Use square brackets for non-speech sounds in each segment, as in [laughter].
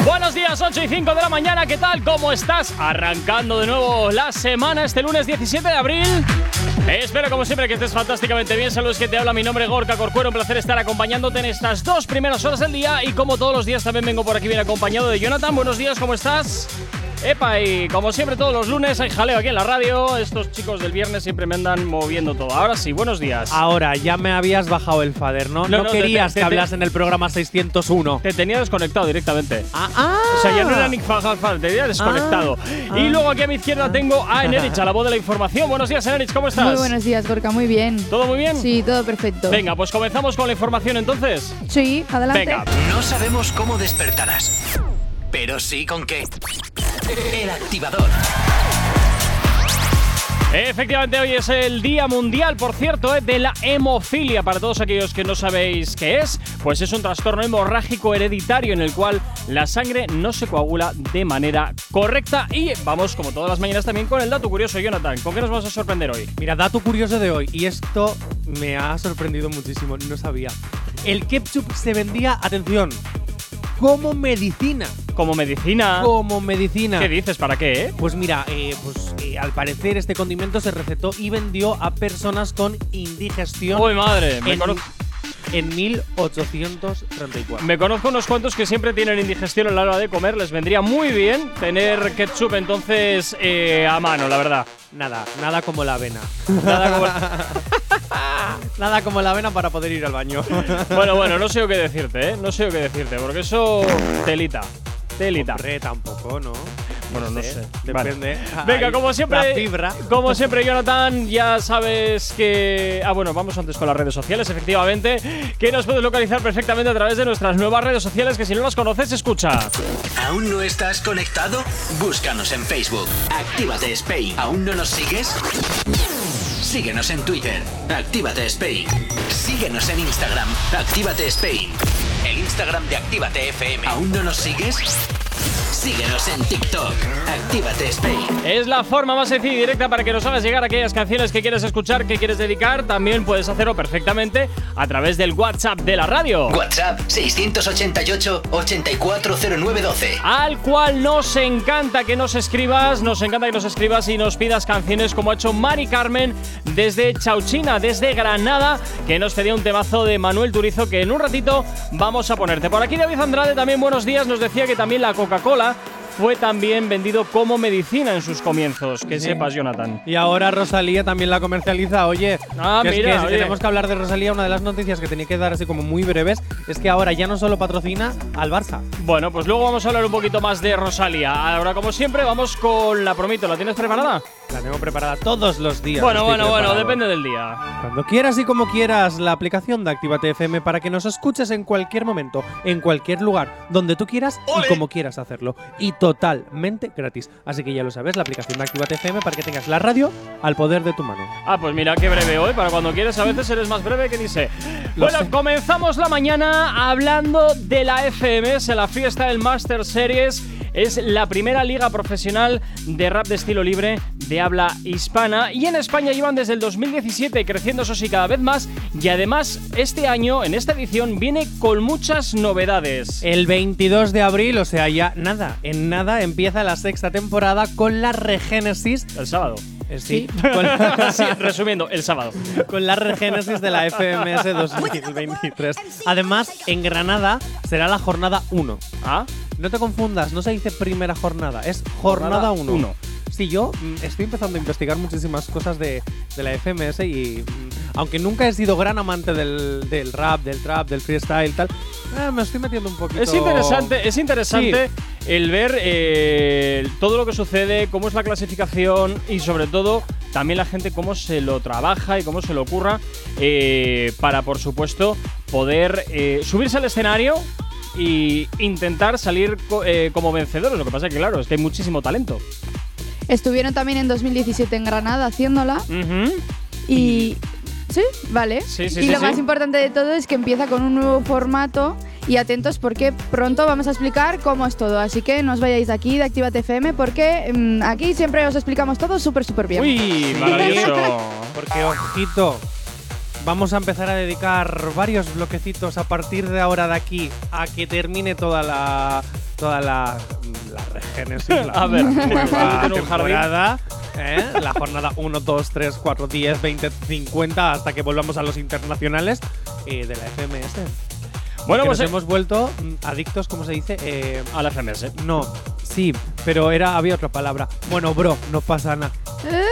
Buenos días, 8 y 5 de la mañana, ¿qué tal? ¿Cómo estás? Arrancando de nuevo la semana este lunes 17 de abril. Espero como siempre que estés fantásticamente bien. Saludos que te habla, mi nombre es Gorka Corcuero, un placer estar acompañándote en estas dos primeras horas del día y como todos los días también vengo por aquí bien acompañado de Jonathan. Buenos días, ¿cómo estás? Epa, y como siempre todos los lunes hay jaleo aquí en la radio. Estos chicos del viernes siempre me andan moviendo todo. Ahora sí, buenos días. Ah, Ahora, ya me habías bajado el fader, ¿no? No, No, no, querías te- te- que te- hablas en el programa 601. Te tenía desconectado directamente. Ah, ah. O sea, ya no era Nick Fajal, te había desconectado. Ah, y ah. luego aquí a mi izquierda tengo a Enerich, a la voz de la información. Buenos días, Enerich, ¿cómo estás? Muy buenos días, Gorka, muy bien. ¿Todo muy bien? Sí, todo perfecto. Venga, pues comenzamos con la información entonces. Sí, adelante. Venga. No sabemos cómo despertarás, pero sí con qué. El Activador. Efectivamente, hoy es el Día Mundial, por cierto, eh, de la hemofilia. Para todos aquellos que no sabéis qué es, pues es un trastorno hemorrágico hereditario en el cual la sangre no se coagula de manera correcta. Y vamos, como todas las mañanas, también con el dato curioso, Jonathan. ¿Con qué nos vas a sorprender hoy? Mira, dato curioso de hoy, y esto me ha sorprendido muchísimo, no sabía. El ketchup se vendía, atención, como medicina. Como medicina. Como medicina. Ah. ¿Qué dices? ¿Para qué, eh? Pues mira, eh, pues, eh, al parecer este condimento se recetó y vendió a personas con indigestión Uy, madre, me, en, cono- en 1834. me conozco unos cuantos que siempre tienen indigestión a la hora de comer. Les vendría muy bien tener ketchup entonces eh, a mano, la verdad. Nada, nada como la avena. Nada como- [laughs] Nada como la avena para poder ir [laughs] al baño. bueno, bueno, no sé yo qué decirte, ¿eh? No sé yo qué decirte, porque eso. Telita. Telita. Hombre, tampoco, ¿no? Bueno, no sé. Depende. Venga, Ahí, como siempre. La fibra. Como siempre, Jonathan, ya sabes que. Ah, bueno, vamos antes con las redes sociales, efectivamente. Que nos puedes localizar perfectamente a través de nuestras nuevas redes sociales, que si no las conoces, escucha. ¿Aún no estás conectado? Búscanos en Facebook. Actívate Spain. ¿Aún no nos sigues? Síguenos en Twitter. Actívate Spain. Síguenos en Instagram. Actívate Spain. El Instagram de Actívate FM. ¿Aún no nos sigues? Síguenos en TikTok. Actívate Spain. Es la forma más sencilla y directa para que nos hagas llegar aquellas canciones que quieres escuchar, que quieres dedicar. También puedes hacerlo perfectamente a través del WhatsApp de la radio. WhatsApp 688 840912. Al cual nos encanta que nos escribas, nos encanta que nos escribas y nos pidas canciones como ha hecho Mari Carmen desde Chauchina, desde Granada, que nos pedía un temazo de Manuel Turizo que en un ratito vamos a ponerte. Por aquí David Andrade también buenos días, nos decía que también la Coca-Cola fue también vendido como medicina en sus comienzos. Que sepas, Jonathan. Y ahora Rosalía también la comercializa, oye. Ah, que es mira, que si oye. tenemos que hablar de Rosalía, una de las noticias que tenía que dar así como muy breves es que ahora ya no solo patrocina al Barça. Bueno, pues luego vamos a hablar un poquito más de Rosalía. Ahora, como siempre, vamos con la promito. ¿La tienes preparada? La tengo preparada todos los días. Bueno, estoy bueno, bueno, preparado. depende del día. Cuando quieras y como quieras, la aplicación de Actívate FM para que nos escuches en cualquier momento, en cualquier lugar, donde tú quieras y como quieras hacerlo. Y totalmente gratis. Así que ya lo sabes, la aplicación de Actívate FM para que tengas la radio al poder de tu mano. Ah, pues mira qué breve hoy. Para cuando quieres, a veces eres más breve que dice. Lo Bueno, sé. comenzamos la mañana hablando de la FMS, la fiesta del Master Series. Es la primera liga profesional de rap de estilo libre de habla hispana. Y en España llevan desde el 2017 creciendo, eso sí, cada vez más. Y además, este año, en esta edición, viene con muchas novedades. El 22 de abril, o sea, ya nada, en nada empieza la sexta temporada con la Regénesis. El sábado. eh, sí, [laughs] Con, la- [laughs] Sí, resumiendo, el sábado. con la Regénesis de la FMS 2023. Además, en Granada será la jornada 1. ¿Ah? No te confundas, no se dice primera jornada, es jornada Jornada 1. uno. Sí, yo mm, estoy empezando a investigar muchísimas cosas de, de la FMS y mm, aunque nunca he sido gran amante del, del rap, del trap, del freestyle, tal, eh, me estoy metiendo un poquito. Es interesante, es interesante el ver eh, todo lo que sucede, cómo es la clasificación y sobre todo también la gente cómo se lo trabaja y cómo se lo ocurra eh, para, por supuesto, poder eh, subirse al escenario y intentar salir co- eh, como vencedores. Lo que pasa es que, claro, es que hay muchísimo talento. Estuvieron también en 2017 en Granada haciéndola y... Sí, vale. Sí, sí, y sí, lo Mm. sí. más importante de todo es que empieza con un nuevo formato y atentos porque pronto vamos a explicar cómo es todo. Así que no os vayáis de aquí de Actívate FM porque mm, aquí siempre os explicamos todo súper, súper bien. Uy, maravilloso. Porque, ojito, vamos a empezar a dedicar varios bloquecitos a partir de ahora de aquí a que termine toda la. toda la. la regénesis, [laughs] la A ver, nueva en un jardín. Pues temporada, ¿eh? La jornada 1, 2, 3, 4, 10, 20, 50, hasta que volvamos a los internacionales eh, de la FMS. Bueno, Que pues nos eh, hemos vuelto mm, adictos, como se dice, eh, a la FMS. no, sí, pero era había otra palabra. Bueno, bro, no pasa nada. ¿Eh?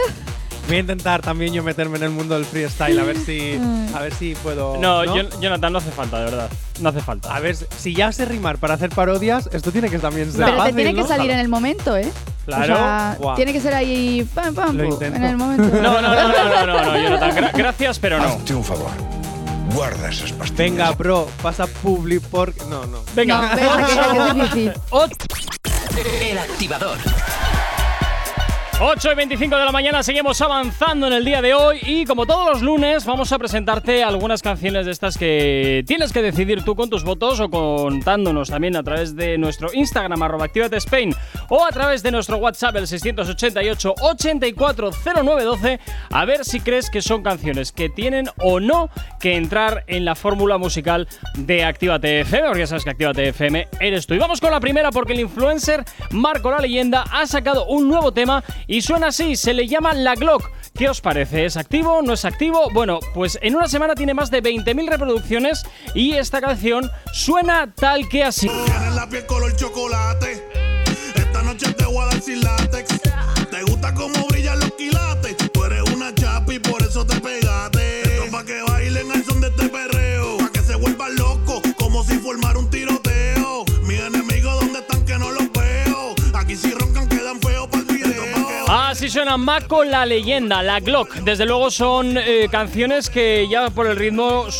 Voy a intentar también yo meterme en el mundo del freestyle a ver si Mm. a ver si puedo. No, Jon- Jonathan, no hace falta, de verdad. No hace falta. A ver, si ya sé rimar para hacer parodias, esto tiene que también ser. Pero fácil, te tiene ¿no? que salir en el momento, ¿eh? Claro. O sea, Guau. tiene que ser ahí pam, pam, Lo pum, intento. en el momento. [laughs] No, no, no, no, no, no, no, Jonathan. gra- gracias, pero no. Hazte un favor. Guarda esas pastillas. Venga, bro, pasa public por. No, no. Venga. No, venga, que no, que es difícil. Ot- El activador. 8 y 25 de la mañana seguimos avanzando en el día de hoy y como todos los lunes vamos a presentarte algunas canciones de estas que tienes que decidir tú con tus votos o contándonos también a través de nuestro Instagram arroba Actívate Spain o a través de nuestro WhatsApp el 688 840912 a ver si crees que son canciones que tienen o no que entrar en la fórmula musical de Actívate FM porque ya sabes que Actívate FM eres tú. Y vamos con la primera porque el influencer Marco la Leyenda ha sacado un nuevo tema y suena así, se le llama La Glock. ¿Qué os parece? ¿Es activo? ¿No es activo? Bueno, pues en una semana tiene más de 20.000 reproducciones y esta canción suena tal que así. Tienes la piel color chocolate. Esta noche te voy a dar sin látex. Te gusta cómo brillan los quilates. Tú eres una chapa y por eso te pegaste. Esto pa' que bailen al son de este perreo. Pa' que se vuelvan locos, como si formara un tiroteo. Mis enemigos, ¿dónde están que no los veo? Aquí si roncan quedan feos para el video. Así suena Mako la leyenda, la Glock. Desde luego son eh, canciones que ya por el ritmo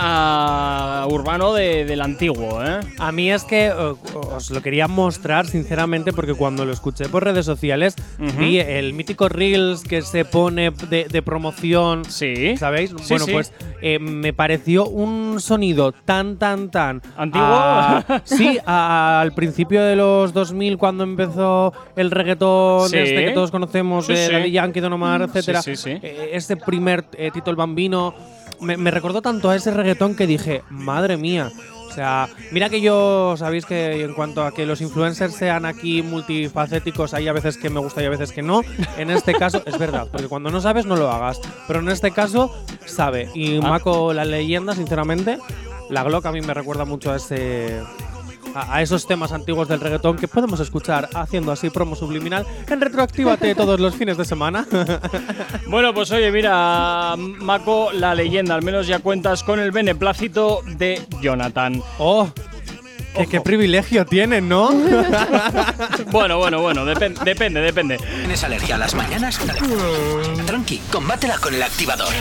suena a urbano de- del antiguo, ¿eh? A mí es que eh, os lo quería mostrar sinceramente porque cuando lo escuché por redes sociales vi el mítico Reels que se pone de, de promoción. Sí. ¿Sabéis? Sí, bueno, sí. pues eh, me pareció un sonido tan, tan, tan. ¿Antiguo? a- sí, a- al principio de los 2000, cuando empezó el reggaetón Sí. este que todos conocemos, Sí, de sí. Daddy Yankee, Don Omar, etcétera. sí, sí. Eh, este primer eh, Tito el Bambino me, me recordó tanto a ese reggaetón que dije, madre mía. O sea, mira que yo sabéis que en cuanto a que los influencers sean aquí multifacéticos, hay a veces que me gusta y a veces que no. En este caso, es verdad, porque cuando no sabes no lo hagas. Pero en este caso, sabe. Ah. Y Mako, la leyenda, sinceramente, la Glock a mí me recuerda mucho a ese. A, a esos temas antiguos del reggaetón que podemos escuchar haciendo así promo subliminal en Retroactívate todos los fines de semana. Bueno, pues oye, mira, Mako, la leyenda, al menos ya cuentas con el beneplácito de Jonathan. ¡Oh! Que, ¡Qué privilegio tienen, ¿no? [laughs] Bueno, bueno, bueno, depen- depende, depende. ¿Tienes alergia a las mañanas? Tranqui, combátela con el activador.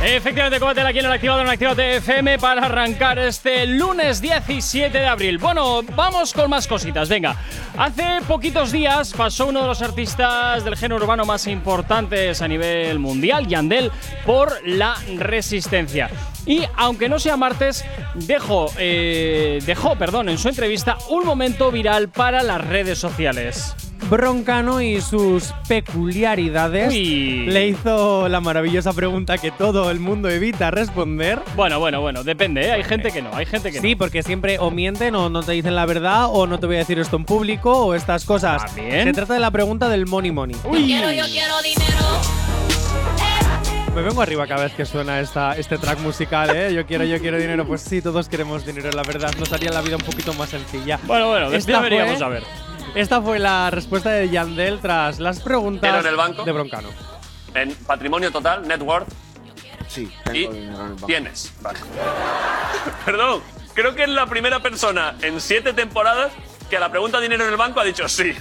Efectivamente, cómatela aquí en el activador en Activate FM para arrancar este lunes 17 de abril. Bueno, vamos con más cositas, venga. Hace poquitos días pasó uno de los artistas del género urbano más importantes a nivel mundial, Yandel, por la resistencia. Y aunque no sea martes, dejó, eh, dejó perdón, en su entrevista un momento viral para las redes sociales. Broncano y sus peculiaridades Uy. le hizo la maravillosa pregunta que todo el mundo evita responder. Bueno, bueno, bueno, depende, ¿eh? hay gente que no, hay gente que no. Sí, porque siempre o mienten o no te dicen la verdad o no te voy a decir esto en público o estas cosas. También. Se trata de la pregunta del money money. Quiero, yo quiero dinero. Me vengo arriba cada vez que suena esta, este track musical, ¿eh? Yo quiero, yo quiero dinero. Pues sí, todos queremos dinero, la verdad. Nos haría la vida un poquito más sencilla. Bueno, bueno, después Esta veríamos fue- a ver. Esta fue la respuesta de Yandel tras las preguntas Pero en el banco. de Broncano. En patrimonio total, net worth, Sí, y tengo dinero en el banco. tienes. Vale. [laughs] Perdón, creo que es la primera persona en siete temporadas que a la pregunta dinero en el banco ha dicho sí.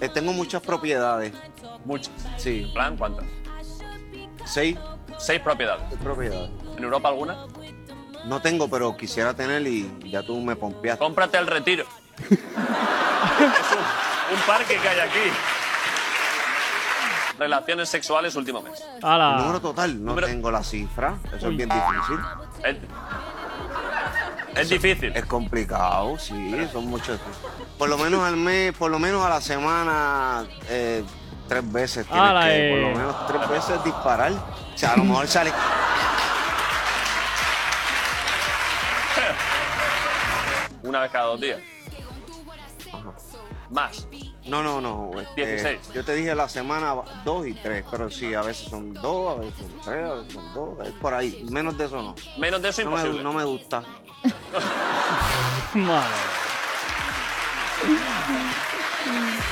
Eh, tengo muchas propiedades. Muchas. Sí, En plan, ¿cuántas? seis Seis propiedades. propiedades. ¿En Europa alguna? No tengo, pero quisiera tener y ya tú me pompeaste. Cómprate el retiro. es un, un parque que hay aquí. relaciones sexuales último mes? El ¡Hala! número total, no Número- tengo la cifra. Eso es bien difícil. Es, es difícil. Es complicado, sí, son muchos. Por lo menos al mes, por lo menos a la semana, eh, tres veces tienes ¡Hala, que, por eh! lo menos tres veces disparar. O sea, a lo mejor sale. Una vez cada dos días. Más. No, no, no. este, 16. yo te dije la semana dos y tres, pero sí, a veces son dos, a veces son tres, a veces son dos, es por ahí. Menos de eso no. Menos de eso No me, imposible. no me gusta. Madre.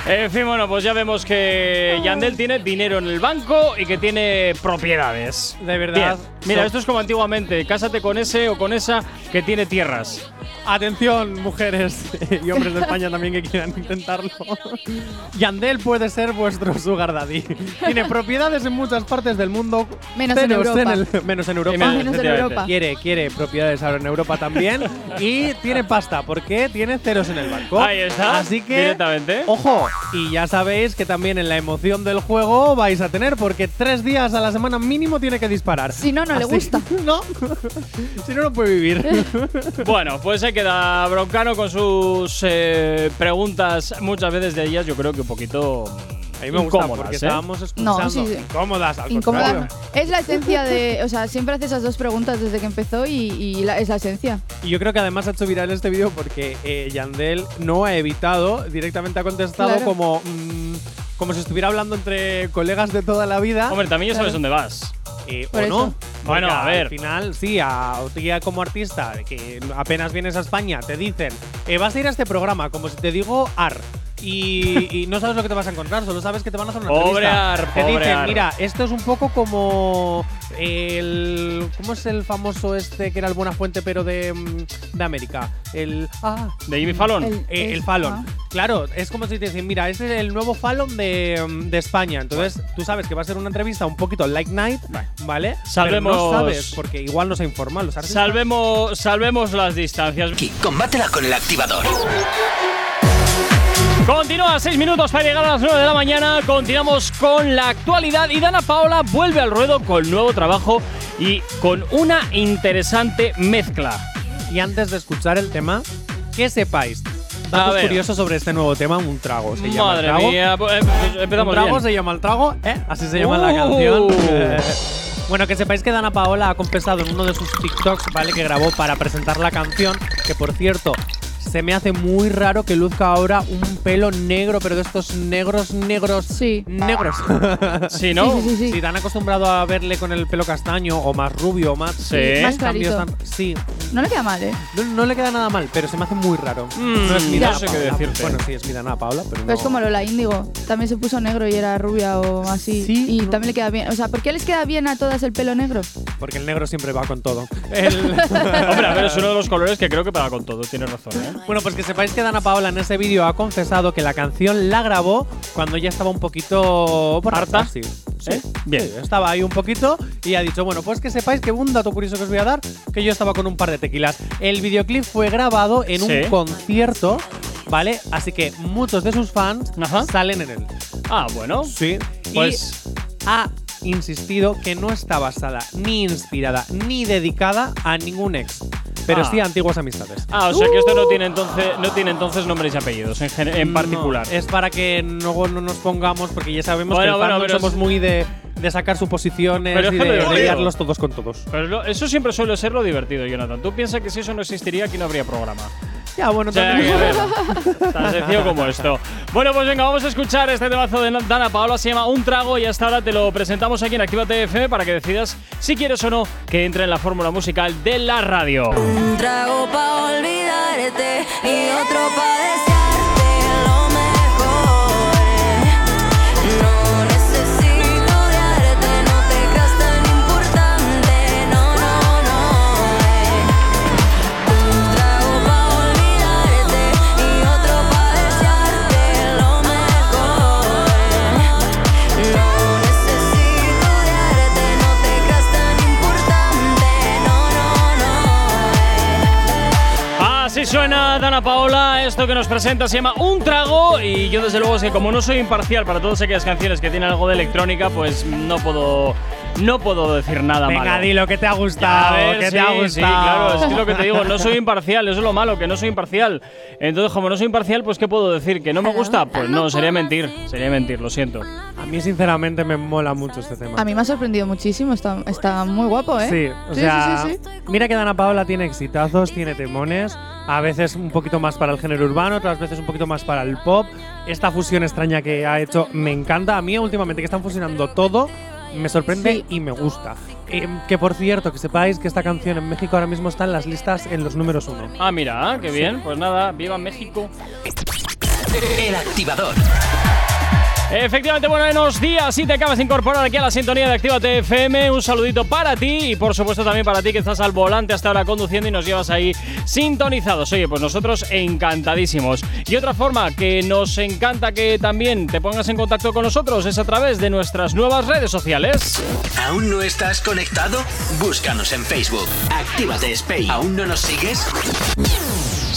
En fin, bueno, pues ya vemos que Yandel tiene dinero en el banco y que tiene propiedades. De verdad. Bien. Mira, So- esto es como antiguamente, cásate con ese o con esa que tiene tierras. Atención, mujeres [laughs] y hombres de España también que quieran [laughs] intentarlo. Yandel puede ser vuestro sugar daddy. [laughs] Tiene propiedades en muchas partes del mundo. Menos en menos Europa. el- menos en Europa. Ah, menos en Efectivamente. Europa. Quiere, quiere propiedades ahora en Europa también. y tiene pasta, porque tiene ceros en el banco. Ahí está, Así que. directamente. Ojo, y ya sabéis que también en la emoción del juego vais a tener, porque tres días a la semana mínimo tiene que disparar. Si no, no le Así- gusta. [laughs] No. si no, no puede [laughs] vivir. Bueno, pues se queda Broncano con sus eh, preguntas, muchas veces de ellas yo creo que un poquito A mí me gusta incómodas, porque ¿eh? estábamos escuchando. No, sí, sí. Incómodas, al Incómoda. contrario. Es la esencia de. O sea, siempre hace esas dos preguntas desde que empezó y, y la- es la esencia. Y yo creo que además ha hecho viral este vídeo porque eh, Yandel no ha evitado, directamente ha contestado Claro. como, mm, como si estuviera hablando entre colegas de toda la vida. Hombre, también ya sabes dónde vas. Eh, Por o no. eso. Porque Bueno, a ver. Al final, sí, a ti como artista, que apenas vienes a España, te dicen, eh, vas a ir a este programa, como si te digo AR. Y, y no sabes lo que te vas a encontrar, solo sabes que te van a hacer una Pobre entrevista. Ar, te pobre dicen, Ar. mira, esto es un poco como el. ¿Cómo es el famoso este que era el Buena Fuente, pero de, mm, de América? El. Ah, De Jimmy Fallon. El- eh, el es- Fallon. ah. Claro, es como si te dicen, mira, este es el nuevo Fallon de, mm, de España. Entonces, tú sabes que va a ser una entrevista un poquito like night, ¿vale? Salvemos- Pero no sabes, porque igual no se informan los artistas. Salvemos, salvemos las distancias. Aquí, combátela con el activador. Continúa, seis minutos para llegar a las 9 de la mañana. Continuamos con la actualidad y Dana Paola vuelve al ruedo con nuevo trabajo y con una interesante mezcla. Y antes de escuchar el tema, que sepáis. A Datos ver. curiosos sobre este nuevo tema, un trago. Se llama el Madre trago. mía, pues, eh, pues, Un empezamos trago bien. se llama el trago, ¿eh? Así se llama la Uh. canción. Eh, Bueno, que sepáis que Dana Paola ha confesado en uno de sus TikToks, ¿vale? Que grabó para presentar la canción, que por cierto, se me hace muy raro que luzca ahora un pelo negro, pero de estos negros, negros, Sí. negros. Sí, ¿no? Sí, sí, sí, sí. [laughs] Si te han acostumbrado a verle con el pelo castaño o más rubio o más. eh, Sí. Más cambios clarito. tan- sí, No le queda mal, ¿eh? no, no le queda nada mal, pero se me hace muy raro. Mm, no es mi ya. Dana no sé qué Paola. decirte. Bueno, sí, es mi Dana Paola, pero no. Pero es Pues como Lola Índigo. También se puso negro y era rubia o así. Sí. Y también le queda bien. O sea, ¿por qué les queda bien a todas el pelo negro? Porque el negro siempre va con todo. El- Hombre, a ver, es uno de los colores que creo que pega con todo, tienes razón, ¿eh? Bueno, pues que sepáis que Dana Paola en ese vídeo ha confesado que la canción la grabó cuando ya estaba un poquito borracha. ¿Harta? Sí. Sí. ¿Eh? Bien. Sí, estaba ahí un poquito y ha dicho, bueno, pues que sepáis que un dato curioso que os voy a dar, que yo estaba con un par de tequilas. El videoclip fue grabado en Sí. un concierto, ¿vale? Así que muchos de sus fans Ajá. salen en él. Ah, bueno. Sí. Pues- Y ha insistido que no está basada, ni inspirada, ni dedicada a ningún ex, pero Ah. sí a antiguas amistades. Ah, o sea que esto no tiene entonces, no tiene entonces nombres y apellidos en, gen- en No, particular. es para que no, no nos pongamos, porque ya sabemos Bueno, que el bueno, fandom pero somos es- muy de, de sacar suposiciones Pero es y que lo de digo. liarlos todos con todos. Pero lo- eso siempre suele ser lo divertido, Jonathan. ¿Tú piensas que si eso no existiría, aquí no habría programa? Ya, bueno, O sea, que, también- a ver, tan sencillo como esto. Bueno, pues venga, vamos a escuchar este temazo de Dana Paola. Se llama Un Trago y hasta ahora te lo presentamos aquí en Actívate FM para que decidas si quieres o no que entre en la fórmula musical de la radio. Un trago pa' olvidarte y otro pa' desearte lo mejor. No necesito odiarte, no te creas tan importante, no, no, no. Un trago pa' olvidarte y otro pa' desearte lo mejor. No necesito odiarte, no te creas tan importante, no, no, no. Así suena Dana Paola, esto que nos presenta se llama Un Trago y yo desde luego es que como no soy imparcial para todas aquellas canciones que tienen algo de electrónica, pues no puedo, no puedo decir nada Venga, malo. di lo que te ha A gustado, ver, que sí, te ha gustado. sí, claro, es que lo que te digo, no soy imparcial, eso es lo malo, que no soy imparcial. Entonces, como no soy imparcial, pues ¿qué puedo decir? ¿Que no me gusta? Pues no, sería mentir, sería mentir, lo siento. A mí, sinceramente, me mola mucho este tema. A mí me ha sorprendido muchísimo, está, está muy guapo, ¿eh? Sí, o sí, sea, sí, sí, sí. mira que Dana Paola tiene exitazos, tiene temones, a veces un poquito más para el género urbano, otras veces un poquito más para el pop. Esta fusión extraña que ha hecho me encanta. A mí últimamente que están fusionando todo, me sorprende y me gusta. Em, que por cierto, que sepáis que esta canción en México ahora mismo está en las listas en los números uno. Ah, mira, ah, qué bien, pues nada, viva México. El activador. Efectivamente, buenos días. Si te acabas de incorporar aquí a la sintonía de Actívate FM, un saludito para ti y por supuesto también para ti que estás al volante hasta ahora conduciendo y nos llevas ahí sintonizados. Oye, pues nosotros encantadísimos. Y otra forma que nos encanta que también te pongas en contacto con nosotros es a través de nuestras nuevas redes sociales. ¿Aún no estás conectado? Búscanos en Facebook. Actívate Spain. ¿Aún no nos sigues?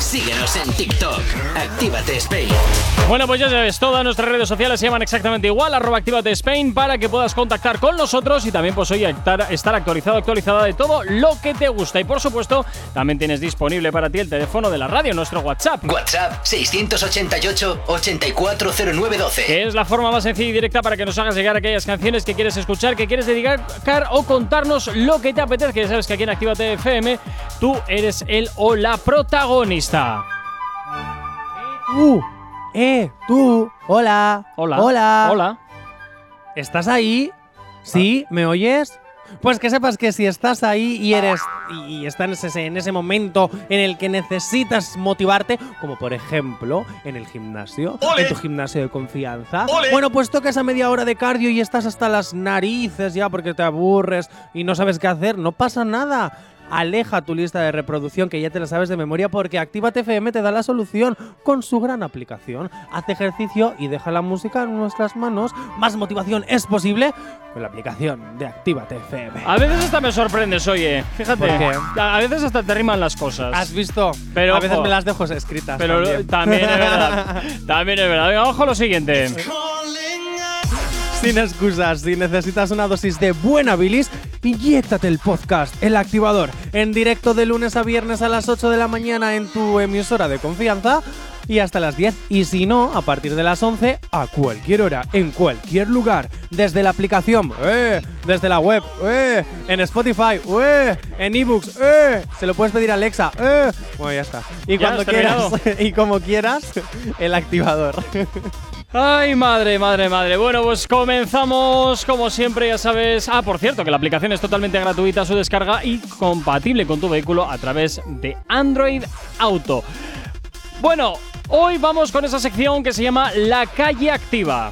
Síguenos en TikTok. Actívate Spain. Bueno, pues ya sabes, todas nuestras redes sociales se llaman exactamente igual, arroba Actívate Spain, para que puedas contactar con nosotros y también pues hoy actar- estar actualizado, actualizada de todo lo que te gusta. Y por supuesto, también tienes disponible para ti el teléfono de la radio, nuestro WhatsApp. WhatsApp 688 840912. Que es la forma más sencilla y directa para que nos hagas llegar aquellas canciones que quieres escuchar, que quieres dedicar o contarnos lo que te apetezca. Que ya sabes que aquí en Actívate FM tú eres el o la protagonista. Uh, eh, tú, hola, Hola. hola, Hola. ¿Estás ahí? ¿Sí? ¿Me oyes? Pues que sepas que si estás ahí y eres y y estás en ese, en ese momento en el que necesitas motivarte, como por ejemplo en el gimnasio, en tu gimnasio de confianza, bueno, pues tocas a media hora de cardio y estás hasta las narices ya porque te aburres y no sabes qué hacer, no pasa nada. Aleja tu lista de reproducción que ya te la sabes de memoria porque Actívate FM te da la solución con su gran aplicación. Haz ejercicio y deja la música en nuestras manos. Más motivación es posible con la aplicación de Actívate FM. A veces hasta me sorprendes, oye. Fíjate. ¿Por qué? A a veces hasta te riman las cosas. ¿Has visto? Pero, a veces ojo. me las dejo escritas. Pero también. también, es [laughs] [laughs] verdad. También es verdad. Venga, ojo a lo siguiente. Sin excusas, si necesitas una dosis de buena bilis, inyéctate el podcast El Activador en directo de lunes a viernes a las 8 de la mañana en tu emisora de confianza y hasta las 10 y si no, a partir de las 11 a cualquier hora, en cualquier lugar, desde la aplicación, eh, desde la web, eh, en Spotify, eh, en ebooks, eh, se lo puedes pedir a Alexa, eh. Bueno, ya está. Ya Y cuando has quieras [laughs] terminado. y como quieras, El Activador. Ay, madre, madre, madre. Bueno, pues comenzamos como siempre, ya sabes. Ah, por cierto, que la aplicación es totalmente gratuita, su descarga y compatible con tu vehículo a través de Android Auto. Bueno, hoy vamos con esa sección que se llama La calle activa.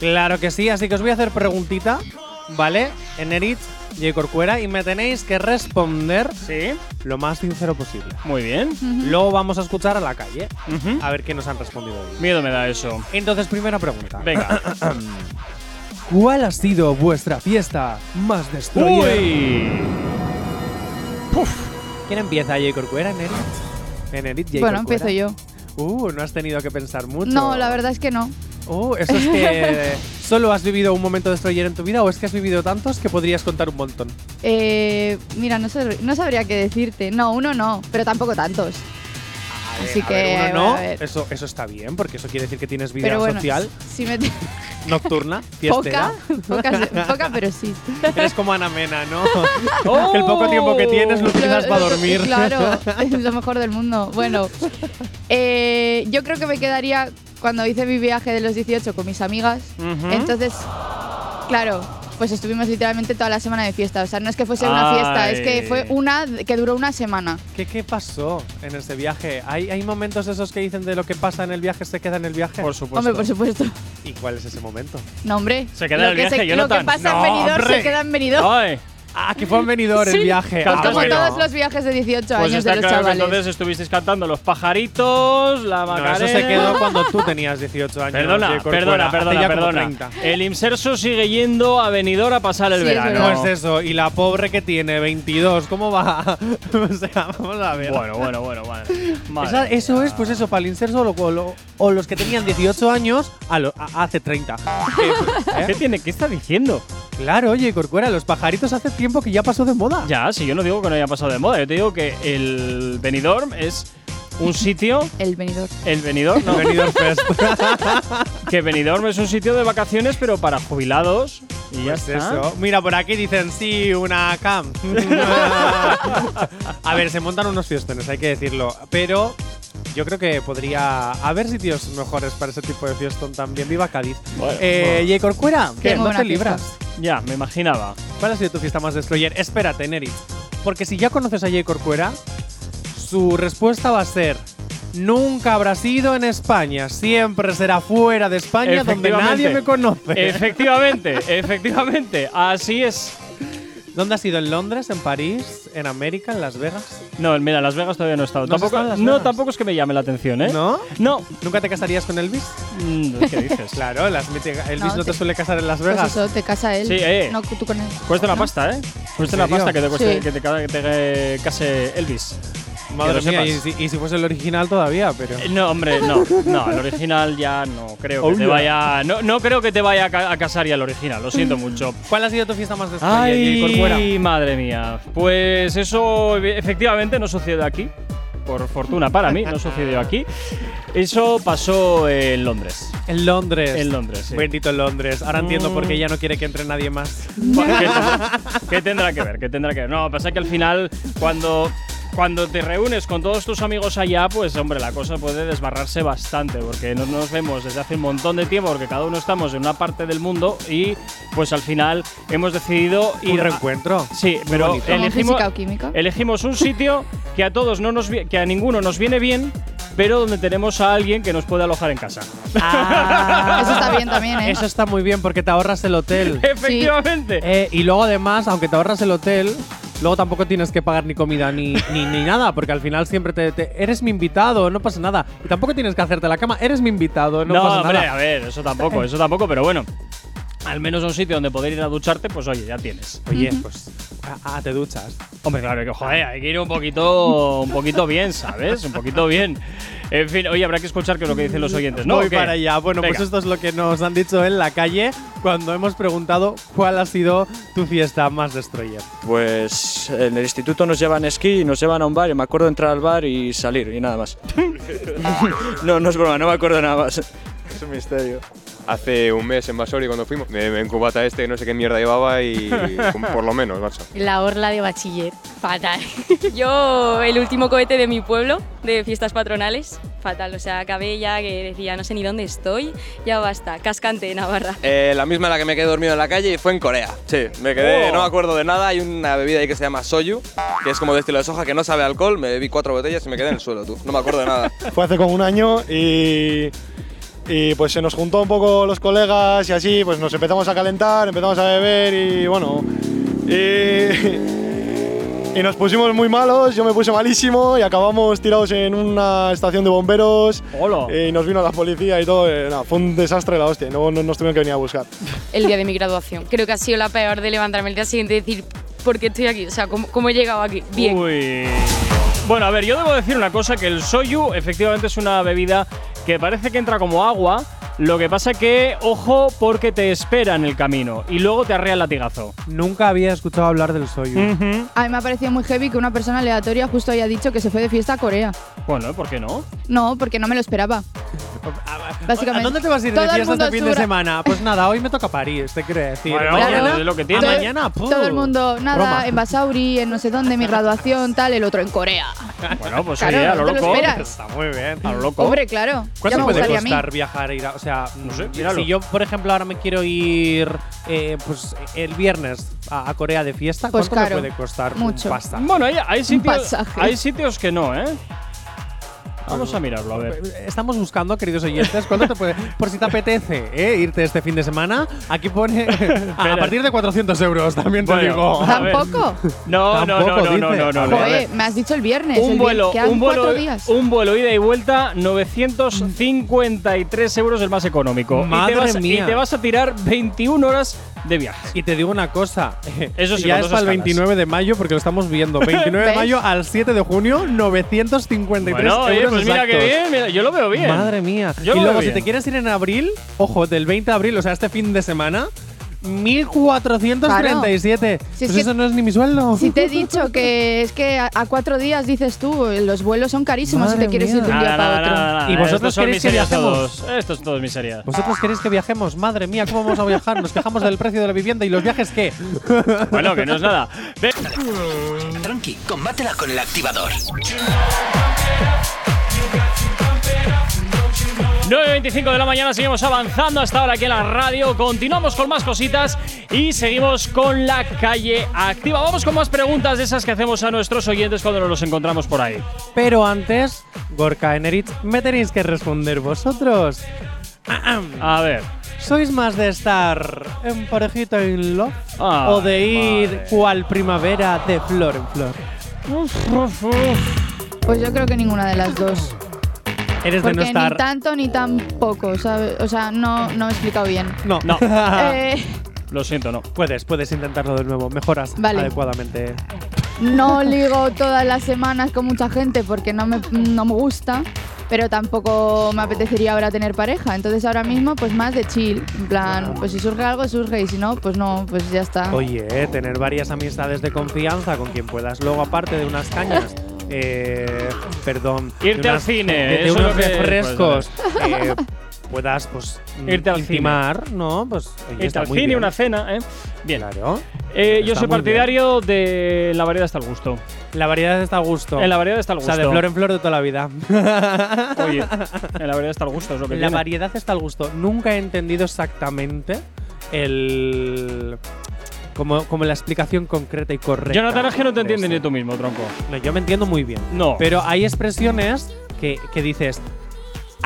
Claro que sí, así que os voy a hacer preguntita, ¿vale? En Erit, J. Corcuera, y me tenéis que responder Sí. lo más sincero posible. Muy bien. Luego vamos a escuchar a la calle, Ujú. a ver qué nos han respondido ellos. Miedo me da eso. Entonces, primera pregunta. [laughs] Venga. ¿Cuál ha sido vuestra fiesta más destroyer? Uy. ¿Quién empieza, J. Corcuera, en Erit? En Erit, J. Bueno, Corcuera. empiezo yo. Uh, no has tenido que pensar mucho. No, la verdad es que no. Uh, eso es [laughs] que solo has vivido un momento destroyer en tu vida o es que has vivido tantos que podrías contar un montón. Eh, mira, no, sabr- no sabría qué decirte. No, uno no, pero tampoco tantos. Así A que. ver, uno bueno, no, a ver. eso, eso está bien, porque eso quiere decir que tienes vida Pero bueno, [laughs] social, si me. nocturna, fiestera. poca, poca, [laughs] poca, pero sí. [laughs] Eres como Ana Mena, [laughs] ¿no? Que el poco tiempo que tienes lo utilizas Lo- [laughs] para lo- dormir. [laughs] Claro, es lo mejor del mundo. Bueno, eh, yo creo que me quedaría cuando hice mi viaje de los 18 con mis amigas. Ujú. Entonces, claro, pues estuvimos literalmente toda la semana de fiesta. O sea, no es que fuese una fiesta, es Ay. que fue una d- que duró una semana. ¿Qué, ¿Qué pasó en ese viaje? ¿Hay, ¿Hay momentos esos que dicen de lo que pasa en el viaje se queda en el viaje? Por supuesto. Hombre, por supuesto. ¿Y cuál es ese momento? No, hombre. Se queda lo el que viaje, lo que Jonathan. pasa en No, Benidorm hombre. se queda en Benidorm. Ay. Ah, que fue un venidor el Sí. viaje. Ah, Cantamos Pues Como bueno. todos los viajes de 18 Pues años está de claro los que chavales. entonces estuvisteis cantando Los Pajaritos, La No, Macarena… eso se [laughs] quedó cuando tú tenías 18 [laughs] años. Perdona, Diego Corcuera. perdona, Hace perdona, ya como perdona. 30. El inserso sigue yendo a Benidorm a pasar el Sí, es verano. verdad. No es eso, y la pobre que tiene 22, ¿cómo va? [laughs] o sea, vamos a ver. Bueno, bueno, bueno, vale. Madre [laughs] Esa- eso mía. es, pues eso, para el inserso o, lo- o lo- o los que tenían 18 años a lo- a- hace 30. ¿eh? ¿Qué tiene? ¿Qué está diciendo? Claro, oye, Corcuera, los pajaritos hace tiempo que ya pasó de moda. Ya, si yo no digo que no haya pasado de moda, yo te digo que el Benidorm es un sitio, El venidor. el Benidorm, no, Benidorm Fest. [laughs] que Benidorm es un sitio de vacaciones pero para jubilados y ya Pues está. eso. Mira, por aquí dicen, sí, una [laughs] cam. a ver, se montan unos fiestones, hay que decirlo. Pero yo creo que podría haber sitios mejores para ese tipo de fiestón también. Viva Cádiz. Bueno, eh, bueno. Jay Corcuera, Qué no buena te libras. Ya, me imaginaba. ¿Cuál ha sido tu fiesta más destroyer? Espérate, Neri. Porque si ya conoces a Jay Corcuera, su respuesta va a ser. Nunca habrá sido en España, siempre será fuera de España donde Efectivamente. nadie me conoce. Efectivamente, efectivamente, así es. ¿Dónde has sido? ¿En Londres? ¿En París? ¿En América? ¿En Las Vegas? No, mira, Las Vegas todavía no he estado. ¿No has Tampoco, estado en Las no, Vegas? tampoco es que me llame la atención, ¿eh? ¿No? No. ¿Nunca te casarías con Elvis? Mm, ¿Qué dices? Claro, las miti- Elvis no, No, te sí. suele casar en Las Pues Vegas. eso, te casa él. Sí, eh. No tú con él. Cuesta una ¿No? pasta, ¿eh? Cuesta una serio? pasta que te, cueste- Sí. que te, ca- que te, eh, case Elvis. Madre que lo mía, y sepas. si, y si fuese el original todavía, pero. Eh, No, hombre, no, no, el original ya no creo que Oh, te yeah. vaya. No, no creo que te vaya a, ca- a casar ya el original, lo [laughs] siento mucho. ¿Cuál ha sido tu fiesta más destroyer, Jay Corcuera? Ay, madre mía. Pues eso e- efectivamente no sucedió aquí. Por fortuna para mí, no sucedió aquí. Eso pasó en Londres. En Londres. Mm. En Londres, sí. Bendito Londres. Ahora entiendo por qué ya no quiere que entre nadie más. Bueno, ¿Qué, tendrá- qué tendrá que ver? ¿Qué tendrá que ver? No, pasa que al final, cuando, cuando te reúnes con todos tus amigos allá, pues hombre, la cosa puede desbarrarse bastante, porque no nos vemos desde hace un montón de tiempo, porque cada uno estamos en una parte del mundo y pues al final hemos decidido Un ir a- reencuentro. Sí, pero bonito. ¿Como elegimos, física o química? elegimos un sitio que a todos no nos vi- que a ninguno nos viene bien, pero donde tenemos a alguien que nos puede alojar en casa. [laughs] Ah, Ah, Eso está bien también, ¿eh? Eso está muy bien porque te ahorras el [laughs] hotel. Efectivamente. Eh, y luego además, aunque te ahorras el hotel, luego tampoco tienes que pagar ni comida ni, ni, ni nada, porque al final siempre te, te- eres mi invitado, no pasa nada. Y tampoco tienes que hacerte la cama, eres mi invitado, no, No, pasa hombre, a nada. ver, eso tampoco, eso tampoco, pero bueno. Al menos un sitio donde poder ir a ducharte, pues oye, ya tienes. Oye, pues ah, ah, te duchas. Hombre, claro que joder, hay que ir un poquito, un poquito bien, ¿sabes? Un poquito bien. En fin, oye, habrá que escuchar qué es lo que dicen los oyentes, ¿no? Voy ¿O qué? para allá. Bueno, Venga. pues esto es lo que nos han dicho en la calle cuando hemos preguntado cuál ha sido tu fiesta más destroyer. Pues en el instituto nos llevan esquí y nos llevan a un bar y me acuerdo entrar al bar y salir y nada más. [laughs] no, no es broma, no me acuerdo nada más. Es un misterio. Hace un mes en Basori cuando fuimos, me, me encubata este que no sé qué mierda llevaba y por lo menos, macho. La orla de bachiller, fatal. Yo, el último cohete de mi pueblo, de fiestas patronales, fatal. O sea, acabé ya que decía, no sé ni dónde estoy, ya basta, cascante, Navarra. la misma en la que me quedé dormido en la calle y fue en Corea. Sí, me quedé, no me acuerdo de nada. Hay una bebida ahí que se llama soyu, que es como de estilo de soja que no sabe a alcohol. Me bebí cuatro botellas y me quedé en el suelo, tú. No me acuerdo de nada. Fue hace como un año y, y pues se nos juntó un poco los colegas y así, pues nos empezamos a calentar, empezamos a beber y bueno. Y, y nos pusimos muy malos, yo me puse malísimo y acabamos tirados en una estación de bomberos. Hola. Eh, Y nos vino la policía y todo. eh, nada, fue un desastre la hostia. y Luego no- nos tuvieron que venir a buscar. El día de mi graduación. Creo que ha sido la peor de levantarme el día siguiente y decir, ¿por qué estoy aquí? O sea, ¿cómo, cómo he llegado aquí? Bien. Uy. Bueno, a ver, yo debo decir una cosa, que el soyu efectivamente es una bebida que parece que entra como agua, lo que pasa que, ojo, porque te espera en el camino y luego te arrea el latigazo. Nunca había escuchado hablar del ¿eh? soyu. A mí me ha parecido muy heavy que una persona aleatoria justo haya dicho que se fue de fiesta a Corea. Bueno, ¿eh? ¿por qué [laughs] no? No, porque no me lo esperaba. Básicamente. ¿A dónde te vas a ir Todo de el fiesta mundo este fin de sur- semana? Pues nada, hoy me toca París, te quiero decir. Bueno, Mañana- bueno, es lo que tiene. Ah, mañana, puh. Todo el mundo, nada, Broma. en Basauri, en no sé dónde, mi graduación, tal, el otro en Corea. Bueno, pues Claro, oye, a lo no te lo loco. esperas. Está muy bien. A lo loco. Hombre, claro. Ya ¿Cuánto me puede gustaría a mí. costar viajar e ir a, O sea, no sé, sé, míralo. si yo, por ejemplo, ahora me quiero ir eh, pues, el viernes a, a Corea de fiesta, Pues ¿cuánto me caro. puede costar? Mucho. Pasta. Bueno, hay, hay sitios, pasaje. hay sitios que no, ¿eh? Vamos a mirarlo, a ver. Estamos buscando, queridos oyentes, ¿cuándo te puede- por si te apetece ¿eh? irte este fin de semana. Aquí [laughs] pone a, a partir de 400 euros, también te Bueno, digo. a ver. ¿Tampoco? No, no, no, Tampoco, no, no, dice. no, no, no. Joder, me has dicho el viernes. el Un vier- vuelo, quedan un cuatro vuelo, días. un vuelo ida y vuelta, 953 euros el más económico. y Madre te vas, Y mía. te vas a tirar 21 horas de viaje. Y te digo una cosa. [laughs] Eso sí, ya con dos es para el escalas. 29 de mayo porque lo [laughs] estamos viendo. 29 de ¿Ves? mayo al 7 de junio, 953 Bueno, oye, euros pues mira qué exactos. bien, mira, yo lo veo bien. Madre mía. Yo lo y luego, veo si bien. te quieres ir en abril, ojo, del 20 de abril, o sea, este fin de semana, 1437. Si es pues que- eso no es ni mi sueldo. Si te he dicho que es que a, a cuatro días dices tú, los vuelos son carísimos si te quieres ir de un Nada, día para nada, otro. nada, nada. ¿Y vosotros Estos son queréis que miserias viajemos? todos. Estos todos miserias. [laughs] ¿Vosotros queréis que viajemos? Madre mía, ¿cómo vamos a viajar? Nos quejamos del precio de la vivienda y los viajes qué. Bueno, que no es [laughs] nada. Tranqui, combátela con el activador. 9.25 de la mañana, seguimos avanzando hasta ahora aquí en la radio. Continuamos con más cositas y seguimos con la calle activa. Vamos con más preguntas de esas que hacemos a nuestros oyentes cuando nos los encontramos por ahí. Pero antes, Gorka Eneritz, me tenéis que responder vosotros. A ver. ¿Sois más de estar en parejita en love Ay, o de ir cual primavera de flor en flor? Pues yo creo que ninguna de las dos. Eres Porque de no ni estar. tanto ni tampoco, ¿sabes? O sea, no, no me he explicado bien. No. [laughs] No. Eh, Lo siento, no. Puedes, puedes intentarlo de nuevo. Mejoras Vale. Ah. adecuadamente. no ligo todas las semanas con mucha gente porque no me, no me gusta, pero tampoco me apetecería ahora tener pareja. Entonces ahora mismo, pues más de chill. En plan, pues si surge algo, surge y si no, pues no, pues ya está. Oye, eh, tener varias amistades de confianza con quien puedas luego, aparte de unas [laughs] cañas, eh, perdón, de Irte al unas- cine, de, de eso es unos lo que- refrescos, pues, eh. eh, puedas pues mm, Irte al cine. intimar, ¿no? Pues oye, Irte está al muy cine, bien. una cena, ¿eh? Bien. Claro. Eh, yo Está soy muy partidario de la variedad hasta el gusto. La variedad está a gusto. En la variedad está al O sea, de gusto. flor en flor de toda la vida. Oye, en la variedad está el gusto, es lo que [laughs] La tiene. variedad está al gusto. Nunca he entendido exactamente el. Como, como la explicación concreta y correcta. Jonathan, es que no te de entiendes esto. ni tú mismo, tronco. No, yo me entiendo muy bien. No. Pero hay expresiones que, que dices.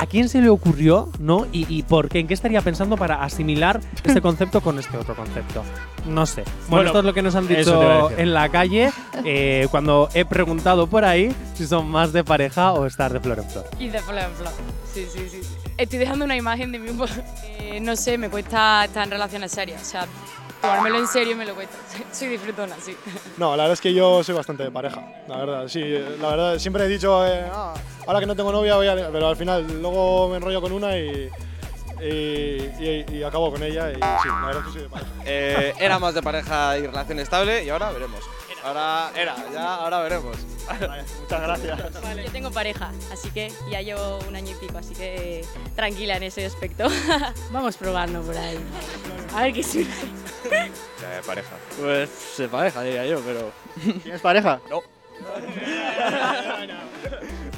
¿A quién se le ocurrió, no? ¿Y, y por qué? ¿En qué estaría pensando para asimilar [laughs] este concepto con este otro concepto? No sé. Bueno, Bueno, esto es lo que nos eso han te iba a dicho decir. en la calle eh, cuando he preguntado por ahí si son más de pareja o estar de flor en flor. Y de flor en flor. Sí, sí, sí. sí. Estoy dejando una imagen de mí un poco. [laughs] Eh, no sé, me cuesta estar en relaciones serias. O sea, tomármelo en serio me lo cuesta. [laughs] Soy disfrutona, sí. No, la verdad es que yo soy bastante de pareja, la verdad, sí, eh, la verdad, siempre he dicho, eh, "Ah, ahora que no tengo novia voy a... Pero al final luego me enrollo con una y, y, y- y acabo con ella y sí, la verdad es que soy de pareja. Eh, era más de pareja y relación estable y ahora veremos. Ahora era, ya ahora veremos. muchas gracias. Yo tengo pareja, así que ya llevo un año y pico, así que tranquila en ese aspecto. Vamos probando por ahí. A ver qué sirve. de pareja. Pues de pareja, eh. diría yo, pero. ¿Tienes pareja? No.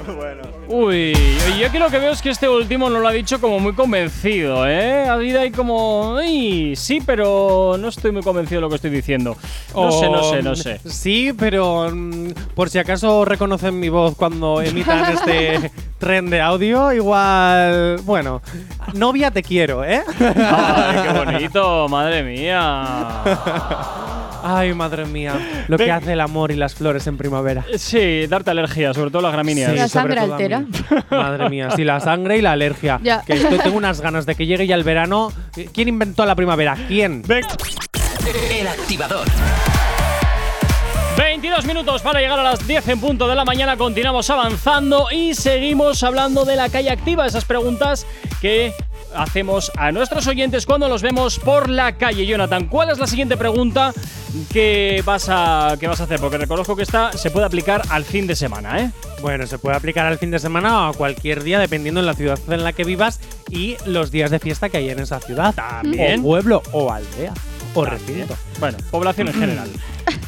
bueno. Uy, yo que lo que veo es que este último no lo ha dicho como muy convencido, ¿eh? Ha habido ahí como. "Ay, sí, pero no estoy muy convencido de lo que estoy diciendo. No sé, no sé, no sé. Sí, pero mm, por si acaso reconocen mi voz cuando [laughs] emitan este tren de audio, igual, bueno, novia te quiero, ¿eh? Ay, qué bonito, madre mía. Ay, madre mía, lo que Venga. hace el amor y las flores en primavera. Sí, darte alergia, sobre todo las gramíneas. Sí, la sobre sangre todo a mí. altera. Madre mía, sí, la sangre y la alergia. Ya. Que esto tengo unas ganas de que llegue ya el verano. ¿Quién inventó la primavera? ¿Quién? El activador. 22 minutos para llegar a las 10 en punto de la mañana. Continuamos avanzando y seguimos hablando de la calle activa, esas preguntas que hacemos a nuestros oyentes cuando los vemos por la calle. Jonathan, ¿cuál es la siguiente pregunta que vas a, que vas a hacer? Porque reconozco que esta se puede aplicar al fin de semana, ¿eh? Bueno, se puede aplicar al fin de semana o a cualquier día, dependiendo en la ciudad en la que vivas y los días de fiesta que hay en esa ciudad. También. O pueblo, o aldea, o recinto. Bueno, población en general.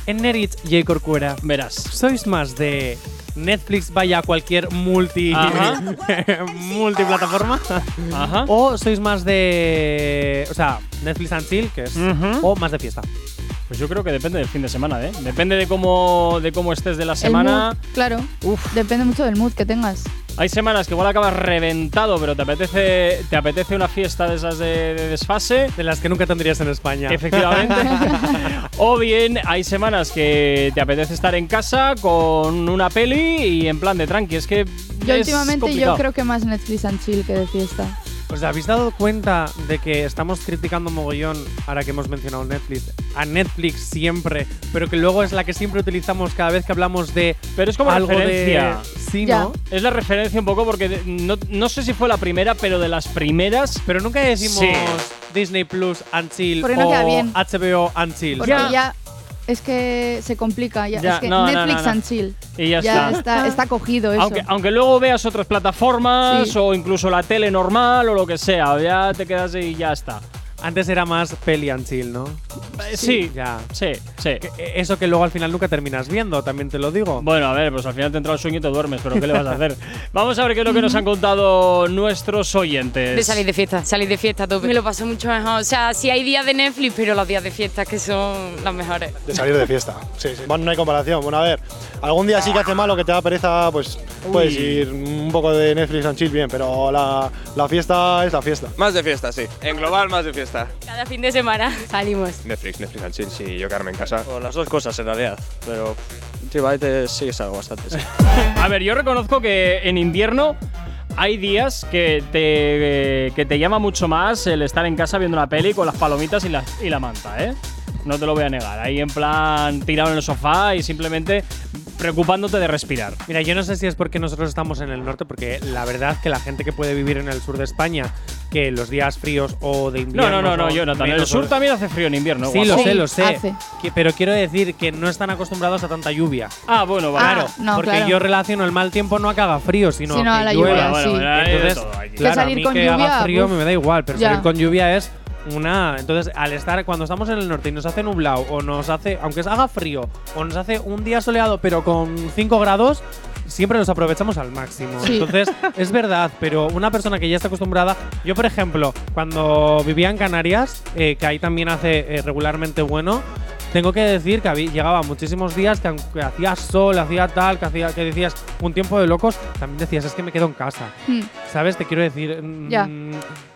En Neritz, J. Corcuera. Verás. ¿Sois más de Netflix vaya a cualquier multi [laughs] Ajá. multiplataforma? Ajá. ¿O sois más de. O sea, Netflix and Chill, que es. Ujú. O más de fiesta? Pues yo creo que depende del fin de semana, ¿eh? Depende de cómo, de cómo estés de la El mood, semana. claro. Depende mucho del mood que tengas. Hay semanas que igual acabas reventado, pero te apetece, te apetece una fiesta de esas de, de desfase. De las que nunca tendrías en España. [laughs] Efectivamente. o bien hay semanas que te apetece estar en casa con una peli y en plan de tranqui. Es que. Yo es últimamente complicado. yo creo que más Netflix and chill que de fiesta. ¿Os habéis dado cuenta de que estamos criticando mogollón, ahora que hemos mencionado Netflix, a Netflix siempre, pero que luego es la que siempre utilizamos cada vez que hablamos de Pero es como algo referencia. de sí, ¿no? Es la referencia un poco porque de- no, no sé si fue la primera, pero de las primeras. Pero nunca decimos Sí. Disney Plus Until Porque no o queda bien. HBO Until. Porque ya. es que se complica. Ya, Ya, es que no, no, Netflix no, no. and chill. Y ya está. está. está cogido eso. Aunque, aunque luego veas otras plataformas Sí. o incluso la tele normal o lo que sea, ya te quedas y ya está. Antes era más peli and chill, ¿no? Eh, Sí, Ya. sí, sí. Que- eh, Eso que luego al final nunca terminas viendo, también te lo digo. Bueno, a ver, pues al final te entra el sueño y te duermes, pero ¿qué le vas a [laughs] hacer? Vamos a ver qué es lo que nos han contado nuestros oyentes. De salir de fiesta, salir de fiesta, todo. Me lo paso mucho mejor. O sea, sí hay días de Netflix, pero los días de fiesta que son los mejores. De salir de fiesta. Sí, sí. Bueno, no hay comparación. Bueno, a ver, algún día sí que hace malo, que te da pereza, pues puedes Uy. ir un poco de Netflix and chill bien, pero la, la fiesta es la fiesta. Más de fiesta, sí. En global, más de fiesta. Cada fin de semana salimos. Netflix, Netflix and chill, sí, yo quedarme en casa. O las dos cosas en realidad, pero últimamente sí salgo bastante. sí. A ver, yo reconozco que en invierno hay días que te, eh, que te llama mucho más el estar en casa viendo una peli con las palomitas y la, y la manta, ¿eh? No te lo voy a negar. Ahí en plan tirado en el sofá y simplemente preocupándote de respirar. Mira, yo no sé si es porque nosotros estamos en el norte, porque la verdad que la gente que puede vivir en el sur de España, que los días fríos o de No, invierno. no, no, no, son Jonathan. En el menos sur hor- también hace frío en invierno. Sí, guapo. lo sé, lo sé. hace. Que- pero quiero decir que no están acostumbrados a tanta lluvia. Ah, bueno, vale. Claro, no, porque claro. yo relaciono el mal tiempo no a que haga frío, sino, Sino que a la llueva. lluvia, Bueno, sí. bueno, hay de Entonces, todo aquí. claro, Que salir a mí con que haga lluvia, frío uf. me da igual, pero Ya. salir con lluvia es una. Entonces, al estar cuando estamos en el norte y nos hace nublado o nos hace, aunque haga frío o nos hace un día soleado pero con 5 grados. Siempre nos aprovechamos al máximo. Sí. [laughs] Entonces, es verdad, pero una persona que ya está acostumbrada. Yo, por ejemplo, cuando vivía en Canarias, eh, que ahí también hace eh, regularmente bueno, tengo que decir que había, llegaba muchísimos días que aunque hacía sol, hacía tal, que, hacía, que decías un tiempo de locos, también decías, es que me quedo en casa. Mm. ¿Sabes? Te quiero decir. mm, Ya.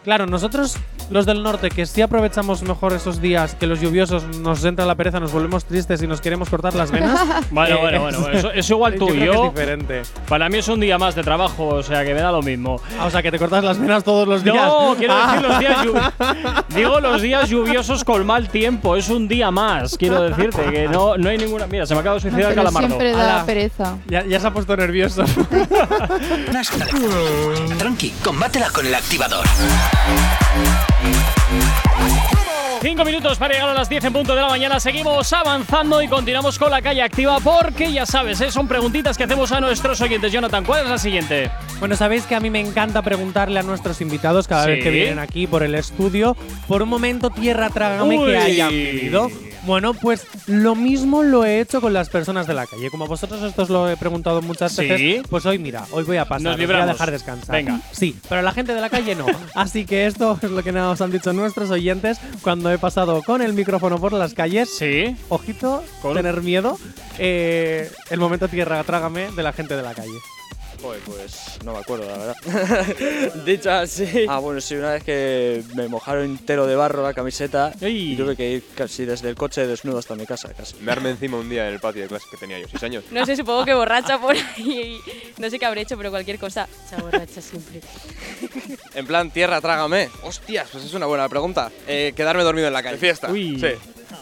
Claro, nosotros, los del norte, que sí aprovechamos mejor esos días que los lluviosos nos entra la pereza, nos volvemos tristes y nos queremos cortar las venas. Bueno, eh, bueno, bueno, bueno, Eso, eso [laughs] igual tú creo y que yo. Es diferente. Para mí es un día más de trabajo, o sea que me da lo [laughs] mismo. Ah, o sea, que te cortas las venas todos los días. No, quiero decir Ah, los días llu- Digo los días lluviosos con mal tiempo. Es un día más, quiero decirte. Que no, no hay ninguna. Mira, se me acaba de suicidar Pero el calamardo. siempre da Ala. pereza. [laughs] ya, ya se ha puesto nervioso. Tranqui, combátela con el activador. Cinco minutos para llegar a las 10 en punto de la mañana. Seguimos avanzando y continuamos con la calle activa porque ya sabes, ¿eh? son preguntitas que hacemos a nuestros oyentes. Jonathan, ¿cuál es la siguiente? Bueno, sabéis que a mí me encanta preguntarle a nuestros invitados cada vez Sí. que vienen aquí por el estudio, por un momento tierra trágame Uy. que hayan vivido. Bueno, pues lo mismo lo he hecho con las personas de la calle. Como a vosotros esto os lo he preguntado muchas Sí. veces, pues hoy mira, hoy voy a pasar, Nos os voy a libramos. dejar descansar. Venga. Sí, pero a la gente de la [laughs] calle no. Así que esto es lo que nos han dicho nuestros oyentes cuando he pasado con el micrófono por las calles. Sí. Ojito, Con- tener miedo. eh, el momento tierra trágame de la gente de la calle. Joder, pues no me acuerdo, la verdad. [laughs] Dicho así. Ah, bueno, sí, una vez que me mojaron entero de barro la camiseta Ey. y tuve que ir casi desde el coche desnudo hasta mi casa, casi. Me arme encima un día en el patio de clase que tenía yo, 6 años. No sé, supongo que borracha por ahí. No sé qué habré hecho, pero cualquier cosa. Está borracha siempre. En plan, tierra, trágame. Hostias, pues es una buena pregunta. Eh, quedarme dormido en la calle. fiesta. Uy. Sí.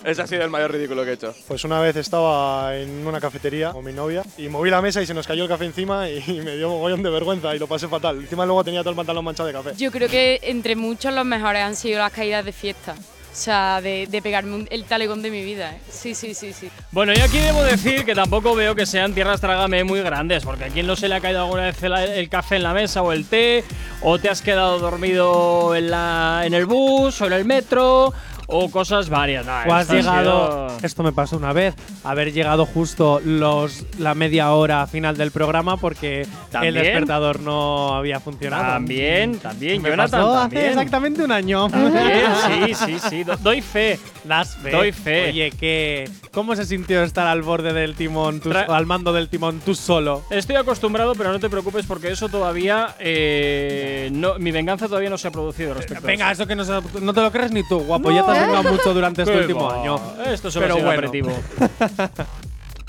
Ese ha sido el mayor ridículo que he hecho. Pues una vez estaba en una cafetería con mi novia y moví la mesa y se nos cayó el café encima y [laughs] me dio mogollón de vergüenza y lo pasé fatal. Encima luego tenía todo el pantalón manchado de café. Yo creo que entre muchos los mejores han sido las caídas de fiesta. O sea, de, de pegarme un- el talegón de mi vida. ¿eh? Sí, sí, sí, sí. Bueno, yo aquí debo decir que tampoco veo que sean tierras trágame muy grandes, porque a quien no se le ha caído alguna vez el, el café en la mesa o el té, o te has quedado dormido en, la, en el bus o en el metro, o cosas varias. Nah, O Pues has esto ha llegado. sido- Esto me pasó una vez. Haber llegado justo los la media hora final del programa porque También. el despertador no había funcionado. También, también. Me Jonathan, pasó también. hace exactamente un año. [laughs] También, sí, sí, sí. Do- doy fe. Das fe. Doy fe. Oye, ¿qué, ¿cómo se sintió estar al borde del timón, tú- Tra- al mando del timón tú solo? Estoy acostumbrado, pero no te preocupes porque eso todavía. eh, no, mi venganza todavía no se ha producido respecto a Venga, eso que no, se- no te lo crees ni tú, guapo. Ya te has vengado mucho durante este Qué último va. año. Esto solo ha sido aperitivo.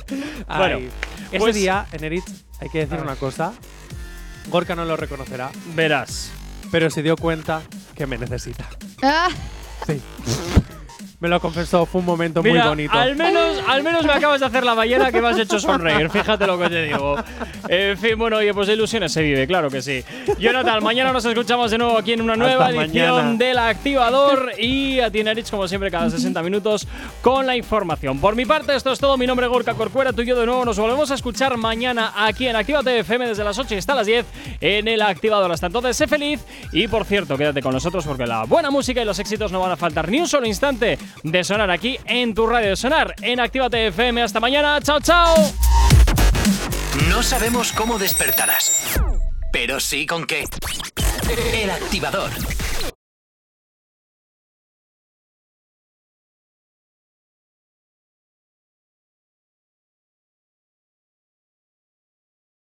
bueno, Bueno, ese pues- día, en Eritz, hay que decir A ver. una cosa. Gorka no lo reconocerá. Verás. Pero se dio cuenta que me necesita. Ah, Sí. me lo confesó, fue un momento Mira, muy bonito. Al menos, al menos me acabas de hacer la ballena que me has hecho sonreír. Fíjate lo que te digo. En fin, bueno, oye, pues de ilusiones se vive, claro que sí. Jonathan, mañana nos escuchamos de nuevo aquí en una nueva Hasta edición mañana. del Activador y a ti, Nerich, como siempre, cada 60 minutos con la información. Por mi parte, esto es todo. Mi nombre es Gorka Corcuera. Tú y yo de nuevo nos volvemos a escuchar mañana aquí en Actívate FM desde las 8 y hasta las 10 en el Activador. Hasta entonces, sé feliz y, por cierto, quédate con nosotros porque la buena música y los éxitos no van a faltar ni un solo instante de sonar aquí en tu radio de sonar en Actívate FM. Hasta mañana. Chao, chao. No sabemos cómo despertarás, pero sí con qué. El activador.